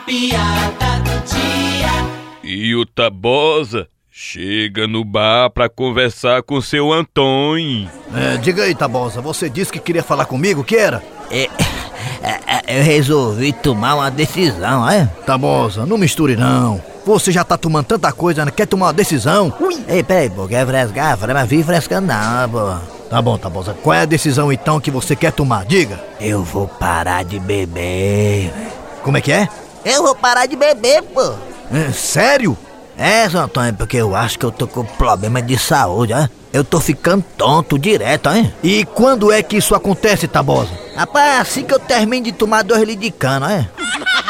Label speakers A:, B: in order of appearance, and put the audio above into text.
A: piada do dia.
B: E o Tabosa chega no bar pra conversar com seu Antônio.
C: É, diga aí, Tabosa, você disse que queria falar comigo, que era?
D: É, Eu resolvi tomar uma decisão, é?
C: Tabosa, não misture não. Você já tá tomando tanta coisa, né? quer tomar uma decisão?
D: Ei, peraí, pô, quer frescar? Fre- Mas vim frescando não, pô.
C: Tá bom, Tabosa, qual é a decisão então que você quer tomar? Diga.
D: Eu vou parar de beber. velho.
C: Como é que é?
D: Eu vou parar de beber, pô.
C: É, sério?
D: É, seu Antônio, porque eu acho que eu tô com problema de saúde, hein? Eu tô ficando tonto direto, hein?
C: E quando é que isso acontece, Tabosa?
D: Rapaz, assim que eu termino de tomar dois litros de cana, hein?